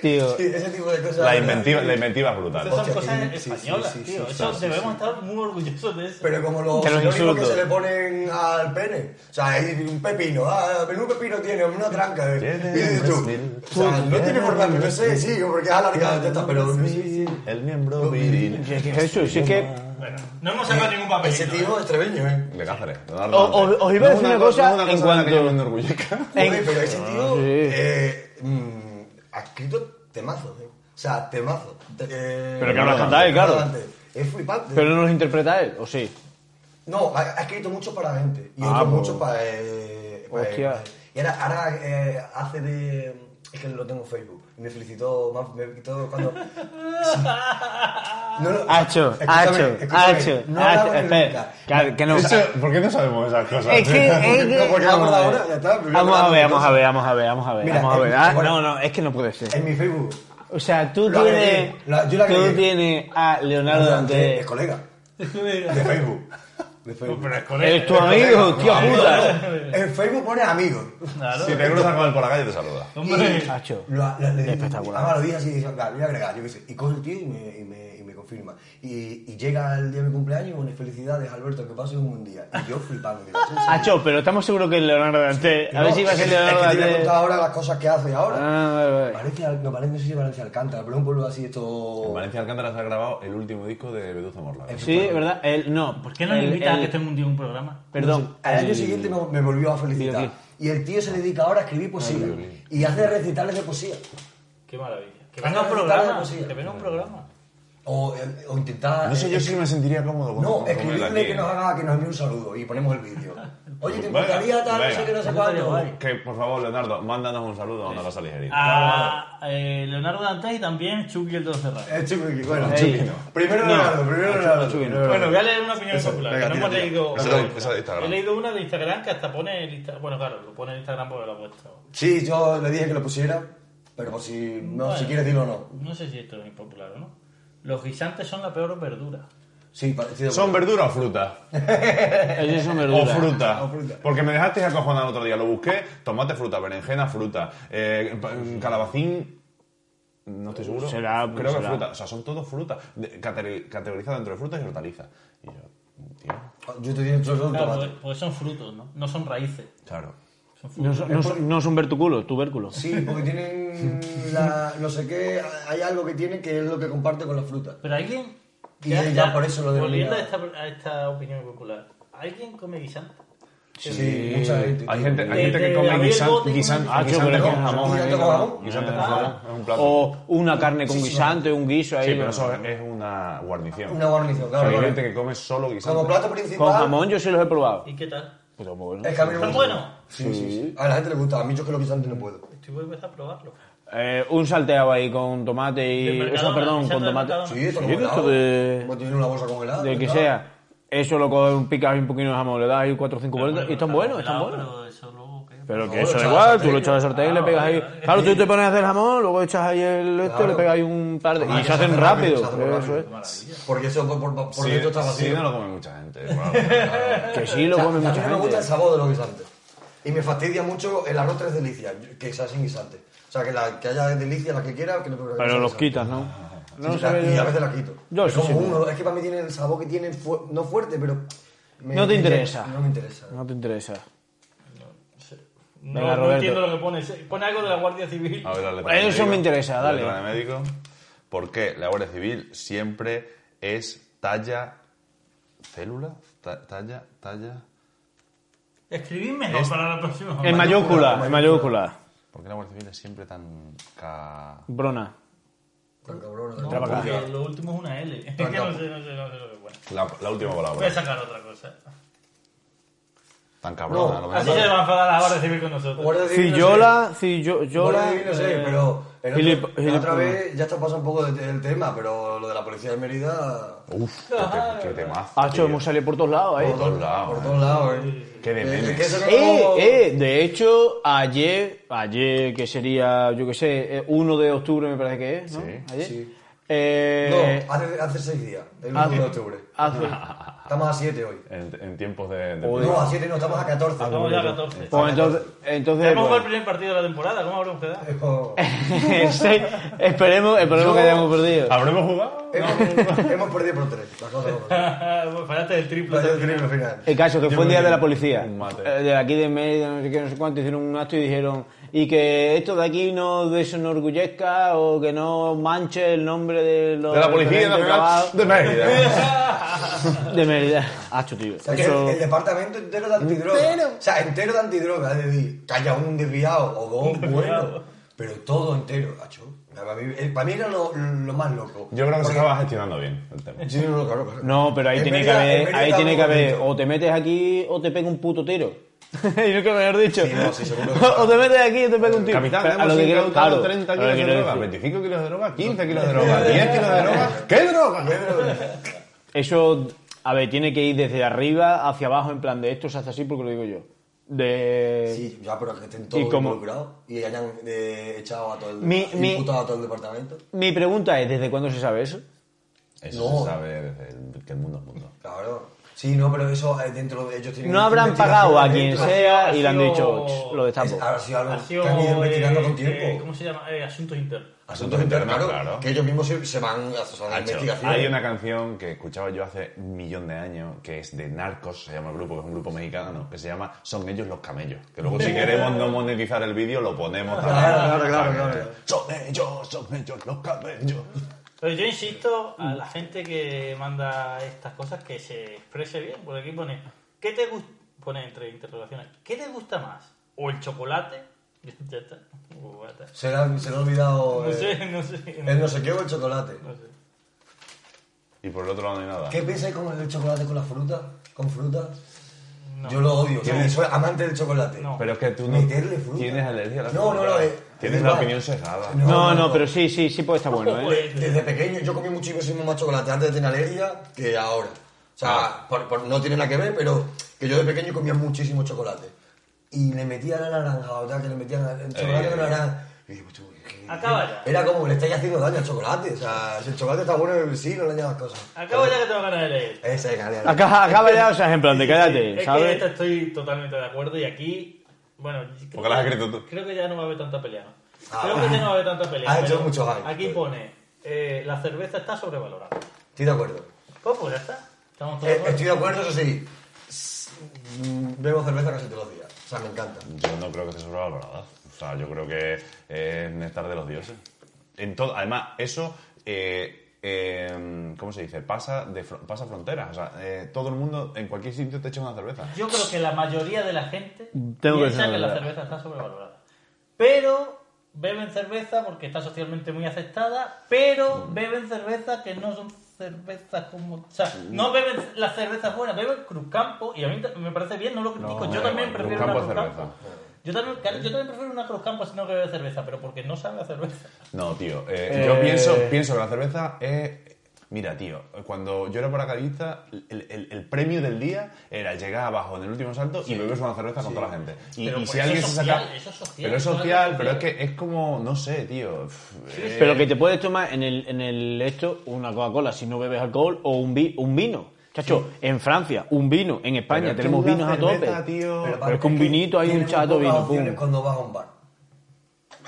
C: tío.
B: Sí, Ese tipo de cosas.
D: La inventiva, la inventiva es brutal.
A: Esas son
B: Hostia,
A: cosas
B: sí, sí,
A: españolas,
B: sí, sí,
A: tío.
B: sí,
A: Eso
B: sí,
A: debemos estar muy orgullosos de eso.
B: Pero como los
C: Que
B: sinónimos
C: los
B: que
C: insultos.
B: se le ponen al pene. O sea, hay un pepino. Ah, pero un pepino tiene una tranca. eh.
D: Tiene
B: Y dices
D: un
B: tú.
D: perfil.
B: O sea, no tiene por qué. No sé, sí, porque es alargada la teta, pero.
D: El miembro viril.
C: ¿Qué es eso? Si es que...
A: Bueno, no hemos sacado ningún papel.
B: Ese tío es trebeño, ¿eh?
D: De Cáceres.
C: O- o- os iba a decir una cosa en cuanto-
D: Yo me enorgullezca.
C: En-
B: Joder, pero ese tío
C: sí.
B: eh, mm, ha escrito temazos, ¿eh? O sea, temazos. Eh,
C: Pero que no lo has cantado él, claro.
B: Es flipante.
C: Pero no los interpreta él, ¿o sí?
B: No, ha, ha escrito mucho para la gente y
C: Ah,
B: otros
C: pues.
B: muchos para. eh, para
C: Hostia.
B: él. Y ahora, ahora eh, hace de. Es que lo tengo en Facebook. Y me felicitó, más- me felicitó cuando. Sí. No, no,
C: Hacho,
B: escúchame,
C: hacho,
B: escúchame,
C: hacho,
B: no
C: hacho,
B: hablaba
C: espera.
B: nunca.
C: Claro, que no...
D: De hecho, ¿por qué no sabemos esas cosas?
C: Es que, es que-
B: No, porque vamos a ver.
C: vamos,
B: Ya está, pero ya
C: a
B: hablamos
C: ver,
B: de
C: vamos
B: cosas.
C: a ver, vamos a ver, vamos a ver,
B: Mira,
C: vamos a ver.
B: eh,
C: Ah, eh,
B: bueno.
C: no, no, es que no puede ser.
B: En mi Facebook.
C: O sea, tú
B: Lo agregué,
C: tienes,
B: la- yo la
C: tú
B: agregué.
C: tienes a Leonardo
B: Es
C: Dante,
B: colega.
A: Pero
B: De Facebook. De Facebook.
A: es
C: es tu
A: correcto.
C: amigo, hostia
B: Amigo,
C: puta.
B: no. En Facebook pone amigos.
A: Claro.
D: Si te cruzas con él por la calle, te saluda.
A: Hombre,
C: Hacho.
B: Lo, la- le-
C: Espectacular.
B: Ahora lo dije así, dije, "Va, lo voy a agregar, yo qué sé. Y coge el tío y me, y me, y me confirma. Y, y llega el día de mi cumpleaños y pone felicidades, Alberto, que pases un buen día. Y yo flipando. digo, "Sí, sí".
C: Hacho, pero estamos seguros que es Leonardo Dante. A ver
B: No,
C: si va a
B: es
C: ser
B: que-
C: Leonardo
B: Es que te voy a
C: Dante.
B: contar ahora las cosas que hace ahora.
C: Ah, vale, vale.
B: Valencia, no, Valencia, no sé si Valencia Alcántara, pero es un pueblo así,
D: En
B: esto...
D: Valencia Alcántara se ha grabado el último disco de Beduza Morla.
C: Sí, ¿verdad? El, no,
A: ¿por qué no
C: el-
A: le invitas a
C: el-
A: que estemos un día en un programa?
C: Perdón.
B: Al año
C: el-
B: siguiente me, me volvió a felicitar.
C: videoclip.
B: Y el tío se dedica ahora a escribir poesía. y hace recitales de poesía.
A: Qué maravilla. Que venga
B: Venga,
A: un
B: dale,
A: programa,
B: dale, sí.
A: que venga un programa.
B: O, eh, o intentar...
D: No sé yo
B: eh,
D: si me sentiría cómodo con
B: No,
D: con él
B: escribirle
D: aquí,
B: que
D: ¿eh?
B: nos haga, que nos envíe un saludo y ponemos el vídeo. Oye, ¿te
D: Venga,
B: importaría tal, no
D: venga.
B: sé qué, no sé
A: Eso estaría
B: cuánto? Eh,
A: guay.
D: Que por favor, Leonardo, mándanos un saludo a una cosa ligerita.
A: A eh, Leonardo Dantes y también Chucky el de los Cerrados.
B: Eh, Chucky, bueno,
C: Ey.
B: Chucky no. Primero
C: No,
B: Leonardo, primero Leonardo.
C: Chucky no.
B: primero
A: Bueno,
B: Leonardo.
A: voy a leer una opinión popular.
B: venga,
A: que no
B: tira,
A: hemos
B: tira.
A: leído.
D: Esa de- esa de Instagram.
A: He leído una de Instagram que hasta pone el Instagram. Bueno, claro, lo pone en Instagram porque lo ha puesto.
B: Sí, yo le dije que lo pusiera, pero por si, no,
A: Bueno.
B: si quieres dilo o no.
A: No sé si esto es impopular o no. Los guisantes son la peor verdura.
B: Sí, parecido.
D: ¿Son verdura o fruta?
C: Ellos son
D: O
C: verduras.
D: fruta.
B: O fruta.
D: Porque me dejasteis acojonado el otro día. Lo busqué. Tomate, fruta, berenjena, fruta. Eh, pa- calabacín. No estoy seguro.
C: Será, pues,
D: Creo que
C: será.
D: fruta. O sea, son todos frutas. De- cateri- Categorizado dentro de frutas y hortalizas. Y yo, tío.
B: Ah, Yo te dije, yo soy un
A: Claro, pues,
B: tomate.
A: pues son frutos, ¿no? No son raíces.
D: Claro.
A: Son frutos.
C: No, son- no son- no son vertúculos, tubérculos.
B: Sí, porque tienen la, no sé qué, hay algo que tienen que es lo que comparte con la fruta.
A: Pero alguien.
B: Y ya- ya por eso lo denomina-
A: Volviendo a esta, a esta opinión popular. ¿Alguien come guisante?
B: Sí, mucha gente.
D: Hay gente, hay
A: De-
D: gente que
A: de
D: come
A: Gabriel
D: guisan-
A: Bote,
D: guisan-
A: Ah,
C: tío, pero
D: guisante
C: es que
D: con
C: es
D: jamón.
B: jamón,
D: ahí,
B: ¿no?
D: ¿no? Guisante con jamón. Es un plato.
C: O una carne con guisante, un guiso ahí.
D: Sí,
C: ¿no?
D: pero eso es una guarnición.
B: Una guarnición,
D: O sea,
B: claro.
D: hay
B: claro.
D: gente que come solo guisante.
B: Como plato
C: Con
B: principal,
C: jamón yo sí los he probado.
A: ¿Y qué tal?
C: Pero bueno.
B: es que Pues a mí no me
A: ¿Están
B: gusta.
A: buenos?
B: Sí, sí, sí. A la gente le gusta, a mí yo que lo guisantes no puedo.
C: Ah,
A: Estoy voy a empezar a probarlo.
C: Eh, un salteado ahí con tomate y.
A: Del
C: O sea,
A: Mercadona,
C: perdón,
A: guisante
C: con
A: del
C: tomate.
A: Mercadona.
B: Sí, está
C: Sí,
B: congelado.
C: esto de-
B: Como tiene una bolsa congelada.
C: De que
B: claro.
C: sea. Eso lo coges un picado y un poquito de jamón, le das ahí 4 o 5 vueltas y están buenos, están
A: Claro,
C: buenos.
A: Pero eso luego, ¿qué?
C: Pero que
B: No, lo
C: eso da
B: echas
C: igual,
B: al
C: tú lo echas al
A: sartén.
C: sartén y le pegas ahí.
A: Ah,
C: Claro, tú te pones a hacer el jamón, luego echas ahí el este,
B: Claro.
C: le pegas ahí un par de.
B: Ah,
C: Y
B: que
C: se hacen rápido. eh,
B: se hacen
C: Eso es.
B: rápido. Porque eso por, por, por
D: Sí,
B: dentro está vacío.
D: sí, no lo come mucha gente. Bueno,
C: Que sí,
B: O
C: lo
B: sea,
C: come
B: a
C: mucha
B: mí no me gusta el
C: gente.
B: sabor de los guisantes. Y me fastidia mucho el arroz tres delicias, que sea sin guisante. O sea, que, la, que haya delicias, las que quiera, que no pero
C: Pero los quitas, ¿no? No
B: No
C: sabes-
B: y a veces las quito.
C: Yo
B: es
C: sí,
B: como
C: sí.
B: uno, es que para mí tiene el sabor que tiene, fu- no fuerte, pero... me-
C: No te
B: me-
C: interesa.
B: No me interesa.
C: No te interesa.
A: No,
C: Venga,
A: no
C: Roberto.
A: entiendo lo que pone. Se- Pone algo de la Guardia Civil.
D: A ver, la letra de
C: Eso
D: médico.
C: me interesa, dale.
D: Letra de médico. ¿Por qué la Guardia Civil siempre es talla. célula? Ta- talla, talla.
A: Escribidme para la próxima.
C: En mayúscula, en mayúscula.
D: ¿Por qué la Guardia Civil es siempre tan. ca-
C: Brona.
B: Tan cabrón.
A: No,
B: tan
A: porque
B: cabrón.
A: lo último es una L. Es que no sé, no sé, no sé lo que pone.
D: La, la última
A: Voy a
D: palabra.
A: sacar otra cosa.
D: Tan cabrona,
B: No,
D: a lo
A: Así
D: mejor.
A: se va a enfadar la Guardia Civil con nosotros.
B: Guardia Civil, no sé.
C: Fillola, Fillola.
B: Guardia Civil, no sé,
C: eh,
B: pero el otro-
C: Filip-
B: la otra
C: Filip-
B: vez ya está pasando un poco de- del tema, pero lo de la policía de Mérida...
D: Uf, qué, te, qué temazo.
C: Hacho,
D: tío.
C: Ah, hemos salido por todos lados, eh.
B: Por
D: todos lados,
B: Por
D: eh.
B: todos lados, eh.
D: Qué de
B: Eh,
D: memes.
B: que eso no
C: Eh,
D: Oh.
B: lo-
C: eh, de hecho, ayer, ayer que sería, yo que sé, eh, 1 de octubre me parece que es, ¿no?
D: Sí,
C: Ayer.
B: sí.
C: Eh,
B: No, hace, hace seis días, el
C: Ah,
B: 1 de octubre.
C: hace-
B: Estamos a 7 hoy.
D: En, en tiempos de. de-
B: No, a 7 no, estamos a 14.
C: Ah,
A: Estamos ya a 14.
C: pues entonces, entonces pues,
A: Hemos jugado el
C: bueno,
A: primer partido de la temporada. ¿Cómo habremos quedado?
B: Hemos,
C: sí, esperemos, esperemos que hayamos perdido.
D: ¿Habremos jugado?
B: hemos- hemos perdido por 3. Las cosas como son.
A: Bueno, fallaste del triple.
B: Lo del crimen al final.
C: El caso Eh, que
D: Yo
C: fue el
D: me
C: día de
D: llevo
C: la policía.
D: un mate.
C: Eh, De aquí de Mérida, no sé qué, no sé cuánto, hicieron un acto y dijeron y que esto de aquí no desenorgullezca o que no manche el nombre de los
D: De la Policía
C: referentes
D: Nacional de Mérida.
C: trabajados de Mérida. Hacho, tío.
B: O sea, que
C: eso-
B: el, el departamento entero de antidroga. O sea, entero de antidroga. Es decir, que haya un desviado o dos buenos. Pero todo entero, gacho. Para mí, eh, para mí era lo, lo más loco.
D: Yo creo que se
B: Porque-
D: estaba gestionando bien el tema.
B: Sí, no, claro, claro.
C: No, pero ahí
B: En
C: tiene que
B: Mérida- en
C: haber,
B: Mérida
C: ahí tiene que
B: estaba
C: haber,
B: bonito.
C: o te metes aquí o te pega un puto tiro. Yo creo que mejor dicho.
B: Sí, no, sí, seguro que
C: o te metes aquí o te pega un tiro.
D: Capitán,
C: Pero a
D: hemos
C: lo que quiero-
D: incautado
C: claro,
D: 30
C: a lo
D: kilos
C: que
D: de
C: quiero
D: droga,
C: decir.
D: 25 kilos de droga, 15 kilos de droga, 10 kilos de droga. ¿Qué droga?
C: Eso, a ver, tiene que ir desde arriba hacia abajo en plan de esto se hace así porque lo digo yo. De
B: Sí, ya, pero que estén todos
C: ¿Y cómo?
B: involucrados y hayan eh, echado a todo el,
C: Mi- mi-
B: imputado a todo el departamento.
C: Mi pregunta es, ¿desde cuándo se sabe eso?
D: Eso
B: No.
D: se sabe desde el- que el mundo es mundo.
B: Claro. Sí, no, pero eso eh, dentro de ellos tienen.
C: No habrán pagado a quien
B: dentro.
C: sea y le han
A: Ha sido-
C: dicho "Ch, lo
B: Es-
C: destapo.
B: Ahora sí, algo
A: Ha sido,
B: que han ido investigando
A: eh,
C: este,
B: con tiempo.
A: eh, ¿Cómo se llama? Eh, asuntos internos.
B: Asuntos internos,
D: internos,
B: claro,
D: claro.
B: Que ellos mismos se, se van a hacer una
D: Hacho,
B: investigación.
D: Hay una canción que escuchaba yo hace un millón de años, que es de Narcos, se llama el grupo, que es un grupo mexicano, que se llama Son ellos los camellos. Que luego si queremos no monetizar el vídeo lo ponemos también.
B: Claro, claro,
D: O sea,
B: claro.
D: Son ellos, son ellos los camellos.
A: Pero yo insisto a la gente que manda estas cosas que se exprese bien. Por aquí pone, ¿qué te gusta? Pone entre interrogaciones, ¿qué te gusta más? ¿O el chocolate? ya está. O ya está.
B: Se le, han- se le ha olvidado
A: No
B: eh,
A: sé, no sé.
B: el no sé qué o el chocolate.
A: no sé.
D: Y por el otro lado no hay nada.
B: ¿Qué pensáis con el chocolate con la fruta? ¿Con fruta?
A: No.
B: Yo lo odio. o sea, soy amante del chocolate.
A: No.
D: Pero es que tú no
B: Meterle fruta.
D: tienes alergia a la
B: No, no,
D: fruta.
B: no, eh,
D: Tienes
B: es
D: la
B: igual.
D: opinión sesgada.
B: No.
C: No, no, pero sí, sí, sí puede estar bueno, ¿eh?
A: Joder,
B: Desde pequeño yo comí muchísimo más chocolate antes de tener alergia que ahora. O sea, por- por- no tiene nada que ver, pero que yo de pequeño comía muchísimo chocolate. Y le metía la naranja, o sea, que le metían el chocolate con naranja. Y dije, pues, tú, ¿qué- qué-
A: Acaba ya.
B: Era como, le estáis haciendo daño al chocolate. O sea, si el chocolate está bueno, sí, no le añadas cosas.
A: Acabo ya que tengo ganas de leer.
B: Esa es, Galia.
C: Acá, acaba ya, o sea, en plan de
A: Es
C: cállate,
A: que
C: ¿sabes?
A: esta estoy totalmente de acuerdo y aquí, bueno,
D: Porque la has escrito tú.
A: creo que ya no va a haber tanta pelea. ¿no?
B: Ah.
A: creo que ya no va a haber tanta pelea.
B: Ha hecho
A: pero
B: mucho hype.
A: Aquí pone, eh, la cerveza está sobrevalorada.
B: Estoy de acuerdo.
A: Pues, pues ya está. Estamos todos
B: Eh,
A: de acuerdo.
B: Estoy de acuerdo, eso sí. S- mm, Bebo cerveza casi todos los días. O sea, me encanta.
D: Yo no creo que esté sobrevalorada. O sea, yo creo que es néctar de los dioses. En todo, además, eso, eh, eh, ¿cómo se dice? Pasa, de, fro- pasa fronteras. O sea, eh, todo el mundo, en cualquier sitio te echa una cerveza.
A: Yo creo que la mayoría de la gente
C: Tengo que
A: piensa
C: decir
A: que,
C: la
A: la
C: verdad.
A: cerveza está sobrevalorada. Pero beben cerveza porque está socialmente muy aceptada, pero
C: Mm.
A: beben cerveza que no son cervezas como... O sea, no beben las cervezas buenas, beben Cruzcampo y a mí me parece bien, no lo critico. yo también
D: Cruz
A: prefiero
D: Campo
A: una
D: es
A: Cruzcampo. Yo también, yo también prefiero una Cruzcampo si no que beber cerveza, pero porque no sabe a cerveza.
D: No, tío. eh, Yo
C: Eh.
D: pienso, pienso que la cerveza es. Mira, tío, cuando yo era paracaidista, el, el- el premio del día era llegar abajo en el último salto y bebes una cerveza con toda la gente. Y,
A: Pero
D: y
A: por
D: si
A: eso
D: alguien
A: es
D: se saca.
A: social, eso es social,
D: pero es
A: eso es
D: social,
A: social.
D: pero es que es como, no sé, tío. pff, eh,
C: Pero que te puedes tomar en el, en el esto una Coca-Cola si no bebes alcohol o un, vi- un vino. Chacho, en Francia, un vino, en España
D: pero es que
C: tenemos
D: una
C: vinos a
D: cerveza,
C: tope.
D: tío,
C: Pero
B: para-
C: es que un vinito, hay un
B: tienes muy
C: chato
B: pocas
C: vino,
B: opciones
C: pum.
B: cuando vas a un bar.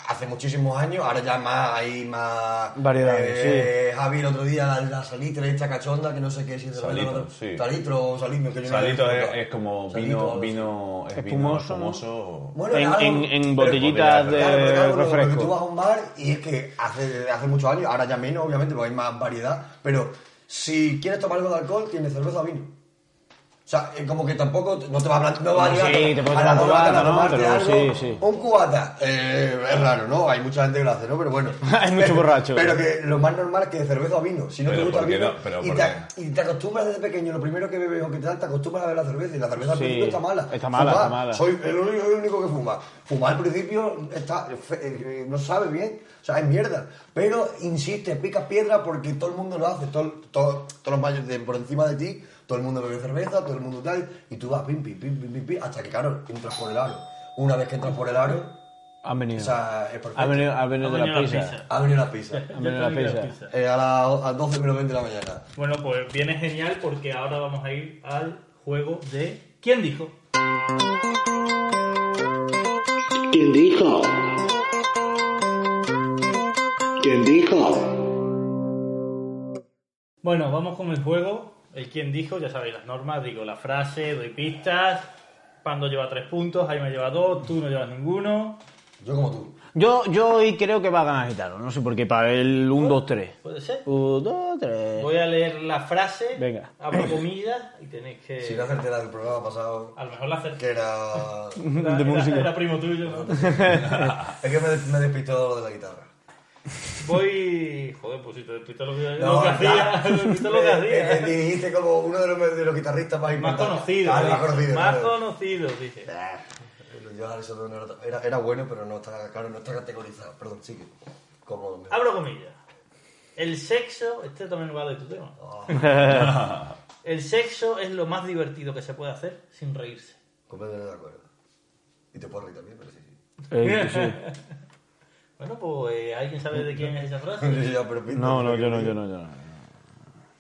B: Hace muchísimos años, ahora ya más hay más
C: Variedades,
B: eh, Javi el otro día, la, la salitre esta cachonda, que no sé qué si es de
D: Salitro,
B: verdad,
D: sí.
B: Salitro o salitro, que yo no
D: Salito
B: sé.
D: es, es como
B: Salito,
D: vino,
B: sí.
D: vino, es vino
C: Espumoso, ¿no?
D: espumoso.
B: Bueno,
C: En,
B: claro,
C: en, en
B: pero
C: botellitas
D: porque,
C: de
B: claro, porque, claro, porque
C: refresco.
B: tú vas a un bar y es que hace, hace muchos años, ahora ya menos, obviamente, porque hay más variedad, pero si quieres tomar algo de alcohol, tienes cerveza o vino. O sea, eh, como que tampoco no te va a hablar, no va a
C: Sí,
B: llegar
C: te puedes tomar
B: las dos de la
C: cubata,
B: tarde a
C: ¿no?
B: tomarte
C: Pero
B: algo.
C: sí, sí.
B: Un cubata, eh, es raro, ¿no? Hay mucha gente que lo hace, ¿no? Pero bueno.
C: Hay mucho borracho.
B: Pero que lo más normal es que de cerveza o vino. Si no
D: Pero
B: te gusta
D: ¿por
B: el
D: qué
B: vino,
D: no? Pero
B: y,
D: ¿por
B: te, y te acostumbras desde pequeño, lo primero que bebes o que te dan, te acostumbras a ver la cerveza. Y la cerveza al
C: Sí,
B: principio está mala.
C: está mala,
B: Fumar.
C: está mala.
B: Soy el único, el único que fuma. Fumar al principio está, fe- eh, no sabe bien, o sea, es mierda. Pero insiste, picas piedra porque todo el mundo lo hace. todo- todo- todos los mayores de- por encima de ti, todo el mundo bebe cerveza, todo el mundo tal. Y tú vas pim, pim, pim, pim, pim, pim, hasta que, claro, entras por el aro. Una vez que entras por el aro,
C: Han
B: o
C: venido.
B: sea, es perfecto.
C: Ha venido, ha venido
A: Ha
C: de
A: venido
C: la
A: la
C: prisa.
A: pizza.
B: Ha venido la pizza.
C: Han venido
A: Ya
C: la
A: te digo
C: pizza.
B: Eh, a las a 12 menos 20 de la mañana.
A: Bueno, pues viene genial porque ahora vamos a ir al juego de ¿Quién dijo?
E: ¿Quién dijo? ¿Quién dijo?
A: Bueno, vamos con el juego. El quién dijo, ya sabéis las normas, digo la frase, doy pistas. Pando lleva tres puntos, Jaime lleva dos, tú no llevas ninguno.
B: Yo como tú.
C: Yo, yo hoy creo que va a ganar Gitano. No sé por qué. Para el 1, 2, 3.
A: ¿Puede ser?
C: 1, 2, 3.
A: Voy a leer la frase,
C: Venga.
A: abro comillas y tenéis que...
B: Si no acerté la del programa pasado,
A: A lo mejor la acerté.
B: que era...
A: Era,
C: De
A: era-
C: música.
A: era primo tuyo. ¿no?
B: es que me, me despistó de la guitarra.
A: Voy... Joder, pues si te despistó lo que, lo que hacía. te despistó lo que
B: me-
A: hacía.
B: me dirigiste eh, como uno de los, de los guitarristas más
A: Más
B: importantes.
A: conocido.
B: Ah,
A: dije.
B: más conocido.
A: Más
B: claro.
A: conocido, dije.
B: Ah, yo ahora eso no era- era, era bueno, pero no está, claro, no está categorizado. Perdón, sigue. Como... me-
A: Abro comillas. El sexo, este también va de tu tema.
B: Ah,
A: El sexo es lo más divertido que se puede hacer sin reírse.
B: completamente de acuerdo. Y te puedo reír también, pero sí, sí.
C: Eh, sí.
A: Bueno, pues eh, alguien sabe de quién es esa frase.
B: Yo ya, pero pinta,
C: No, no,
B: pero-
C: yo no, yo no, yo no.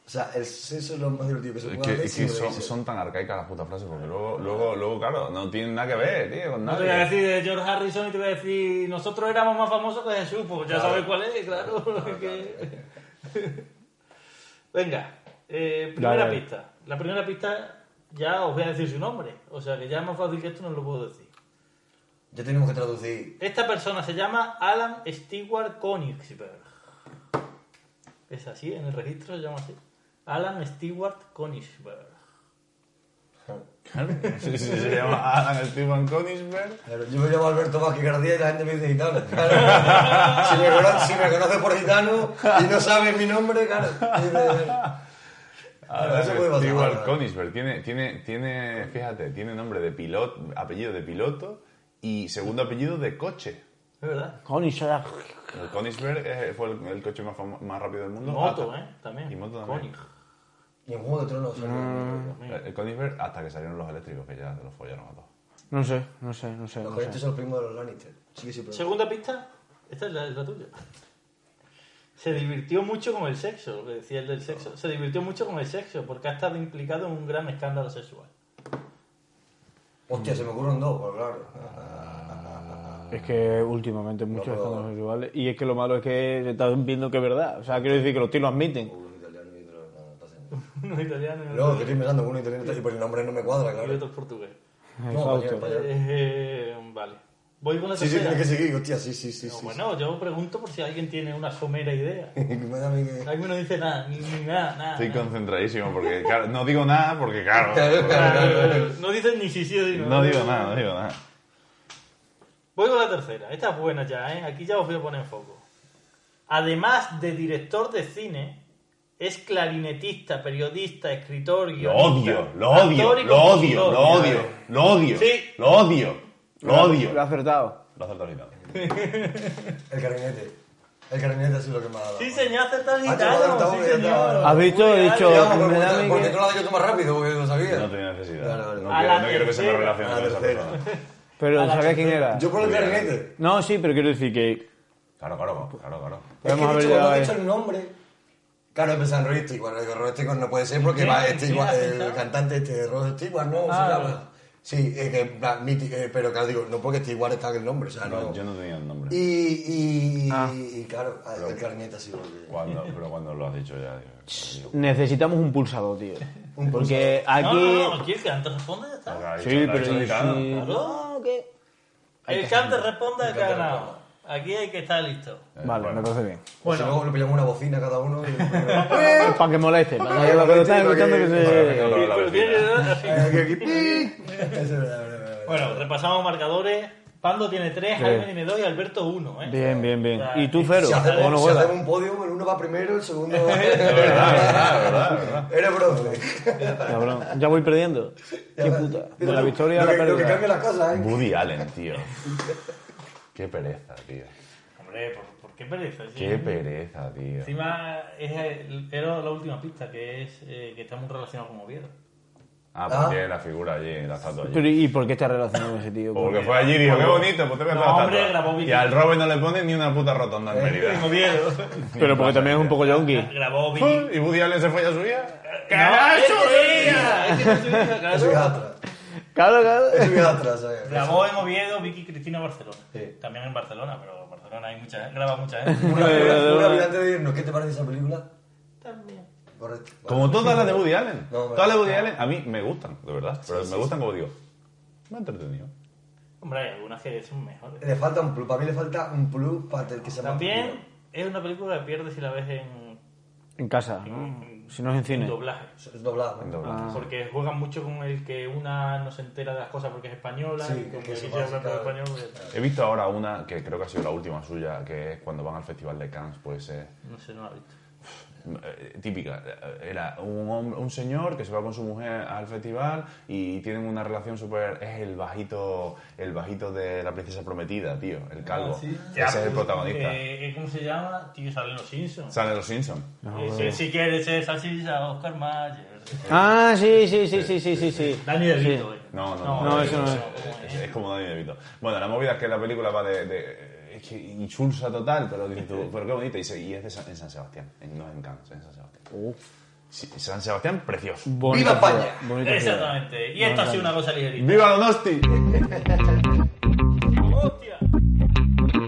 B: O sea, el sexo es lo más divertido que se
D: Es
B: puede
D: que,
B: hacer.
D: es
B: sin
D: que son,
B: reírse.
D: son tan arcaicas las putas frases, porque luego, luego, luego, claro, no tienen nada que ver, tío, con
A: No te voy a
D: nadie.
A: decir de George Harrison y te voy a decir, nosotros éramos más famosos que Jesús, pues ya sabes cuál es, claro. que- Venga, eh, primera
C: Dale.
A: pista. La primera pista ya os voy a decir su nombre, o sea que ya es más fácil que esto no lo puedo decir.
B: Ya tenemos que traducir.
A: Esta persona se llama Alan Stewart Konigsberg. Es así, en el registro se llama así. Alan Stewart Konigsberg.
D: Sí, sí, se llama Alan Steven Konisberg.
B: Claro, yo me llamo Alberto Vázquez García y la gente me dice gitano. Claro. si, me conoce, si me conoce por gitano y no sabe mi nombre, claro. Claro,
D: Alan
B: eso puede pasar.
D: Steven Konisberg tiene, tiene, tiene, fíjate, tiene nombre de piloto, apellido de piloto y segundo apellido de coche.
A: ¿Es verdad?
C: Connie Sarah.
D: El Konisberg eh, fue el, el coche más, famo- más rápido del mundo.
A: Moto,
D: hasta-
A: ¿eh? También.
D: Y moto también.
A: Konig.
B: Y en Juego de Tronos. ¿no?
D: El, el Konisberg hasta que salieron los eléctricos, que ya se los follaron a todos.
C: No sé, no sé, no sé.
B: Los
C: No
B: gerentes
C: sé.
B: son los primos de los Lannister. Sí que sí, pero...
A: Segunda pista. Esta es la, es la tuya. Se divirtió mucho con el sexo, lo que decía el del sexo. Se divirtió mucho con el sexo porque ha estado implicado en un gran escándalo sexual.
B: Hostia, se me ocurren dos, pero claro.
C: Es que últimamente muchos
B: No, no.
C: escándalos sexuales. Y es que lo malo es que se están viendo que es verdad. O sea, quiero decir que los tíos lo admiten.
B: Uno italiano y otro... No, no pasa nada.
A: Uno italiano y
B: Luego, que
A: otro,
B: estoy pensando, uno italiano y otro- y por el nombre no me cuadra,
A: y
B: claro.
A: otro portugués.
B: No, español, español.
A: Eh, vale. Voy con la
B: Sí, sí,
A: tercera.
B: tienes que seguir, hostia, sí, sí, sí.
A: No,
B: sí.
A: bueno, yo pregunto por si alguien tiene una somera idea.
B: Que me da a mí que-
A: Alguien no dice nada, ni, ni nada, nada. Ah,
D: Estoy
A: nada.
D: concentradísimo porque, claro, no digo nada porque, claro,
B: Claro, claro.
A: No dicen ni sí, sí o ni no.
D: no digo nada, eh. no digo nada.
A: Voy con la tercera. Esta es buena ya, ¿eh? Aquí ya os voy a poner en foco. Además de director de cine, es clarinetista, periodista, escritor,
D: Lo
A: guionista,
D: odio, lo odio,
A: actor y
D: lo odio,
A: compositor.
D: lo odio, lo odio,
A: eh. Sí.
D: lo odio, lo odio.
C: Lo ha acertado.
D: Lo ha acertado Gitano.
B: El clarinete. El clarinete ha sido lo que me ha dado.
A: Sí, señor, acertado
B: Ah, te lo
A: gitano,
B: adelantamos,
A: sí,
B: ya
A: señor.
B: está.
C: ¿Has visto?
A: Muy
C: He
A: bien.
C: dicho-
B: Ya,
C: Me
B: porque,
C: da a
B: porque,
C: mí que-
B: tú lo has dicho tú más rápido, porque yo no sabía.
D: No tenía necesidad.
B: Claro, claro.
D: No,
A: A
D: quiero,
A: la
D: no quiero que se me
A: tercera.
D: relacione con esa persona.
C: Pero
A: A la
C: ¿sabías quién
A: tercera.
C: era?
B: Yo por el
D: Muy bien.
B: clarinete.
C: No, sí, pero quiero decir que.
D: Claro, claro, claro, claro.
B: Es que
C: Podemos
B: he
C: haber
B: dicho, cuando
C: llegado
B: he
C: ahí.
B: dicho el nombre. Claro, he pensado en Roy Stewart. Digo, Roy Stewart no puede ser porque va
A: ¿Quién?
B: este
A: ¿Quién
B: igual-
A: has
B: el
A: pensado?
B: cantante este, Roy Stewart, ¿no?
A: Ah,
B: se llama. Sí, eh, que, en plan, miti- eh, pero claro, digo, no porque esté igual está el nombre, o sea, no.
D: No, yo no tenía el nombre.
B: Y, y, y claro, el carnet así. porque-
D: Cuando- pero cuando lo has dicho ya, digo,
C: Necesitamos un pulsador, tío.
B: Un
C: Porque aquí.
A: No, no, no, aquí el que antes responde ya está.
D: claro,
C: Sí,
D: lo ha dicho
C: pero.
D: el
C: sí.
D: gitano.
C: No, ¿qué?
A: El que antes responda el que ha ganado. Aquí hay que estar listo.
D: Eh,
C: Vale, me
D: bueno.
C: parece bien.
B: Bueno, si luego le pillamos una bocina a cada uno. Y...
C: Para que moleste, para que lo que lo están escuchando que se.
D: Pero la
A: Pero tiene-
D: vecina.
B: Eso es verdad, verdad, verdad.
A: Bueno, repasamos marcadores. Pando tiene 3,
C: Sí.
A: Jaime tiene 2 y Alberto 1. ¿eh?
C: Bien, bien, bien.
A: O sea,
C: ¿Y tú, Fero?
B: Si hacemos,
C: ¿O no
B: si
C: juegas?
B: hacemos un podium, el uno va primero, el segundo.
D: Verdad, verdad, verdad, verdad.
B: Eres bronce.
C: Cabrón, ya voy perdiendo. Qué puta. De la victoria a
B: lo
C: la
B: que, lo que
C: pérdida.
B: cambia las cosas, ¿eh?
D: Woody Allen, tío. Qué pereza, tío.
A: Hombre, ¿por, por qué pereza? Sí.
D: Qué pereza, tío.
A: Encima es el- era la última pista que es eh, que está muy relacionado con Oviedo.
D: Ah, porque la figura allí, la estatua allí.
C: Pero, ¿Y por qué está relacionado ese tío? con-
D: Porque fue allí y dijo, qué bonito, pues tengo
A: No,
D: la estatua.
A: hombre, grabó
D: Y
A: vídeos.
D: al Robert no le ponen ni una puta rotonda en
A: En
D: Mérida.
A: Oviedo.
C: Pero porque también es un poco yonki.
A: Grabó Vicky.
D: Y Woody Allen se fue a su hija.
A: ¡Carajo!
B: Eso es atrás.
C: Claro, claro.
B: Eso es atrás, ¿sabes?
A: Grabó en Oviedo, Vicky Cristina Barcelona.
B: Sí.
A: También en Barcelona, pero en Barcelona hay mucha, graba mucha ¿eh? gente.
B: Una una vida antes de irnos, ¿qué te parece esa película?
A: También.
B: Correcto. Vale.
D: Como todas las de Woody Allen.
B: No, hombre.
D: todas las de Woody Allen a mí me gustan, de verdad. Pero me gustan como digo. Me ha entretenido.
A: Hombre, hay algunas que son mejores.
B: Le falta un plus, para mí le falta un plus para el que se
A: También es una película que pierdes si la ves en
C: En casa,
A: Mm.
C: ¿no? Si no es en Mm. cine.
A: doblaje.
B: Es doblado. ¿no?
D: Doblado.
A: Porque juegan mucho con el que una no se entera de las cosas porque es española
B: Sí,
A: y con
B: que
A: que
B: eso
A: quiere
B: pasa,
A: hablar por
B: claro.
A: español. pues,
D: He visto ahora una que creo que ha sido la última suya, que es cuando van al Festival de Cannes, pues... eh,
A: No sé, no la he visto.
D: eh, típica eh, era un hombre, un señor que se va con su mujer al festival y tienen una relación súper es el bajito el bajito de la princesa prometida tío el calvo ese es el protagonista
A: Ah, Eh, ¿Cómo se llama? Tío, salen los Simpsons.
D: sale los Simpsons
A: Eh, si, si quieres es salchicha, Oscar Mayer.
C: Ah, sí, sí, sí, sí, sí, sí. sí.
A: Dani del Vito, eh.
D: no no no,
C: eso no es.
A: ¿cómo
D: es, es como Danny DeVito bueno la movida es que la película va de, de- es que insulsa total pero dices tú, pero qué bonita y, se- y es de San, en San Sebastián en- no en Cannes en San Sebastián Sí, San Sebastián precioso
C: Bonita
B: ¡Viva
C: ciudad,
B: España!
C: bonita ciudad.
A: Exactamente. Y esto ha sido una cosa ligerita.
D: viva Donosti
A: ¡Hostia!